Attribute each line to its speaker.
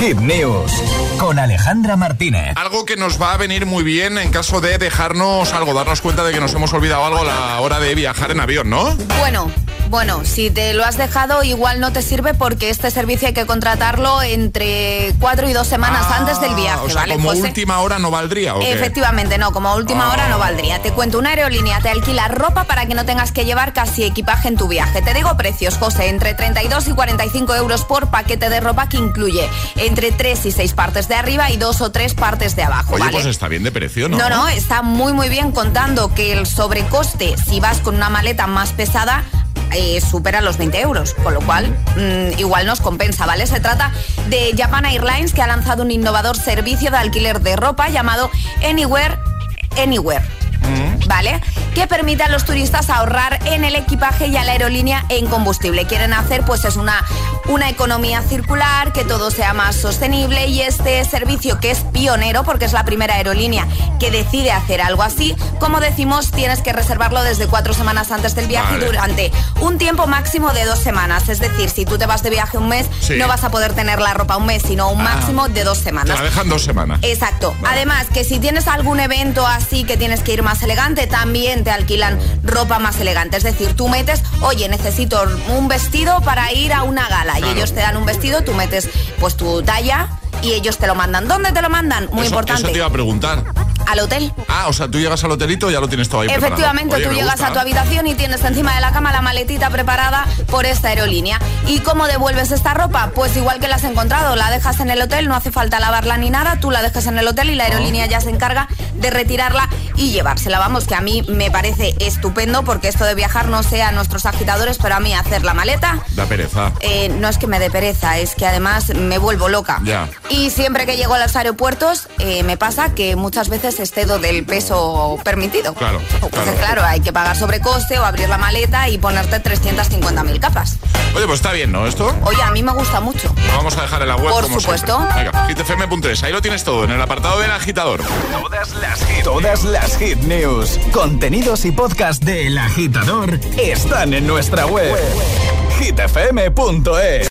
Speaker 1: Hit News con Alejandra Martínez.
Speaker 2: Algo que nos va a venir muy bien en caso de dejarnos algo, darnos cuenta de que nos hemos olvidado algo a la hora de viajar en avión, ¿no?
Speaker 3: Bueno. Bueno, si te lo has dejado, igual no te sirve porque este servicio hay que contratarlo entre cuatro y dos semanas
Speaker 2: Ah,
Speaker 3: antes del viaje,
Speaker 2: o sea,
Speaker 3: ¿vale?
Speaker 2: como
Speaker 3: José?
Speaker 2: última hora no valdría, ¿o qué?
Speaker 3: Efectivamente, no, como a última hora
Speaker 2: Ah.
Speaker 3: no valdría. Te cuento, una aerolínea te alquila ropa para que no tengas que llevar casi equipaje en tu viaje. Te digo precios, José, entre 32 y 45 euros por paquete de ropa que incluye entre 3 y 6 partes de arriba y 2 o 3 partes de abajo,
Speaker 2: Oye,
Speaker 3: ¿vale?
Speaker 2: pues está bien de precio, ¿no?
Speaker 3: No, eh, no, está muy muy bien contando que el sobrecoste, si vas con una maleta más pesada, eh, supera los 20 euros, con lo cual mm, igual nos compensa, ¿vale? Se trata de Japan Airlines que ha lanzado un innovador servicio de alquiler de ropa llamado Anywhere Anywhere. ¿Vale? Que permite a los turistas ahorrar en el equipaje y a la aerolínea en combustible. Quieren hacer pues es una, una economía circular, que todo sea más sostenible y este servicio que es pionero porque es la primera aerolínea que decide hacer algo así, como decimos, tienes que reservarlo desde cuatro semanas antes del viaje y
Speaker 2: Vale.
Speaker 3: durante un tiempo máximo de dos semanas. Es decir, si tú te vas de viaje un mes,
Speaker 2: Sí.
Speaker 3: no vas a poder tener la ropa un mes, sino un
Speaker 2: Ah.
Speaker 3: máximo de dos
Speaker 2: Te
Speaker 3: semanas.
Speaker 2: la dejan dos semanas.
Speaker 3: Exacto.
Speaker 2: Vale.
Speaker 3: Además, que si tienes algún evento así que tienes que ir más elegante, también te alquilan ropa más elegante. Es decir, tú metes, oye, necesito un vestido para ir a una gala.
Speaker 2: Claro.
Speaker 3: Y ellos te dan un vestido, tú metes pues tu talla y ellos te lo mandan. ¿Dónde te lo mandan? Muy
Speaker 2: Eso-
Speaker 3: importante.
Speaker 2: Eso te iba a preguntar.
Speaker 3: Al hotel.
Speaker 2: Ah, o sea, tú llegas al hotelito y ya lo tienes todo ahí preparado.
Speaker 3: Efectivamente,
Speaker 2: Oye,
Speaker 3: tú
Speaker 2: me
Speaker 3: llegas
Speaker 2: gusta.
Speaker 3: a tu habitación y tienes encima de la cama la maletita preparada por esta aerolínea. ¿Y cómo devuelves esta ropa? Pues igual que la has encontrado, la dejas en el hotel, no hace falta lavarla ni nada, tú la dejas en el hotel y
Speaker 2: Ah.
Speaker 3: la aerolínea ya se encarga de retirarla y llevársela. Vamos, que a mí me parece estupendo porque esto de viajar no sea nuestros agitadores, pero a mí hacer la maleta
Speaker 2: Da pereza.
Speaker 3: eh, no es que me dé pereza, es que además me vuelvo loca.
Speaker 2: Ya.
Speaker 3: Y siempre que llego a los aeropuertos eh, me pasa que muchas veces excedo del peso permitido.
Speaker 2: Claro,
Speaker 3: Entonces,
Speaker 2: claro.
Speaker 3: claro. hay que pagar sobrecoste o abrir la maleta y ponerte 350.000 capas.
Speaker 2: Oye, pues está bien, ¿no? Esto
Speaker 3: Oye, a mí me gusta mucho.
Speaker 2: lo vamos a dejar en la web
Speaker 3: Por
Speaker 2: como
Speaker 3: supuesto.
Speaker 2: siempre. Venga, hitfm.es, ahí lo tienes todo, en el apartado del agitador.
Speaker 1: Todas las hit, todas las hit news, contenidos y podcast de El Agitador están en nuestra web. hitfm.es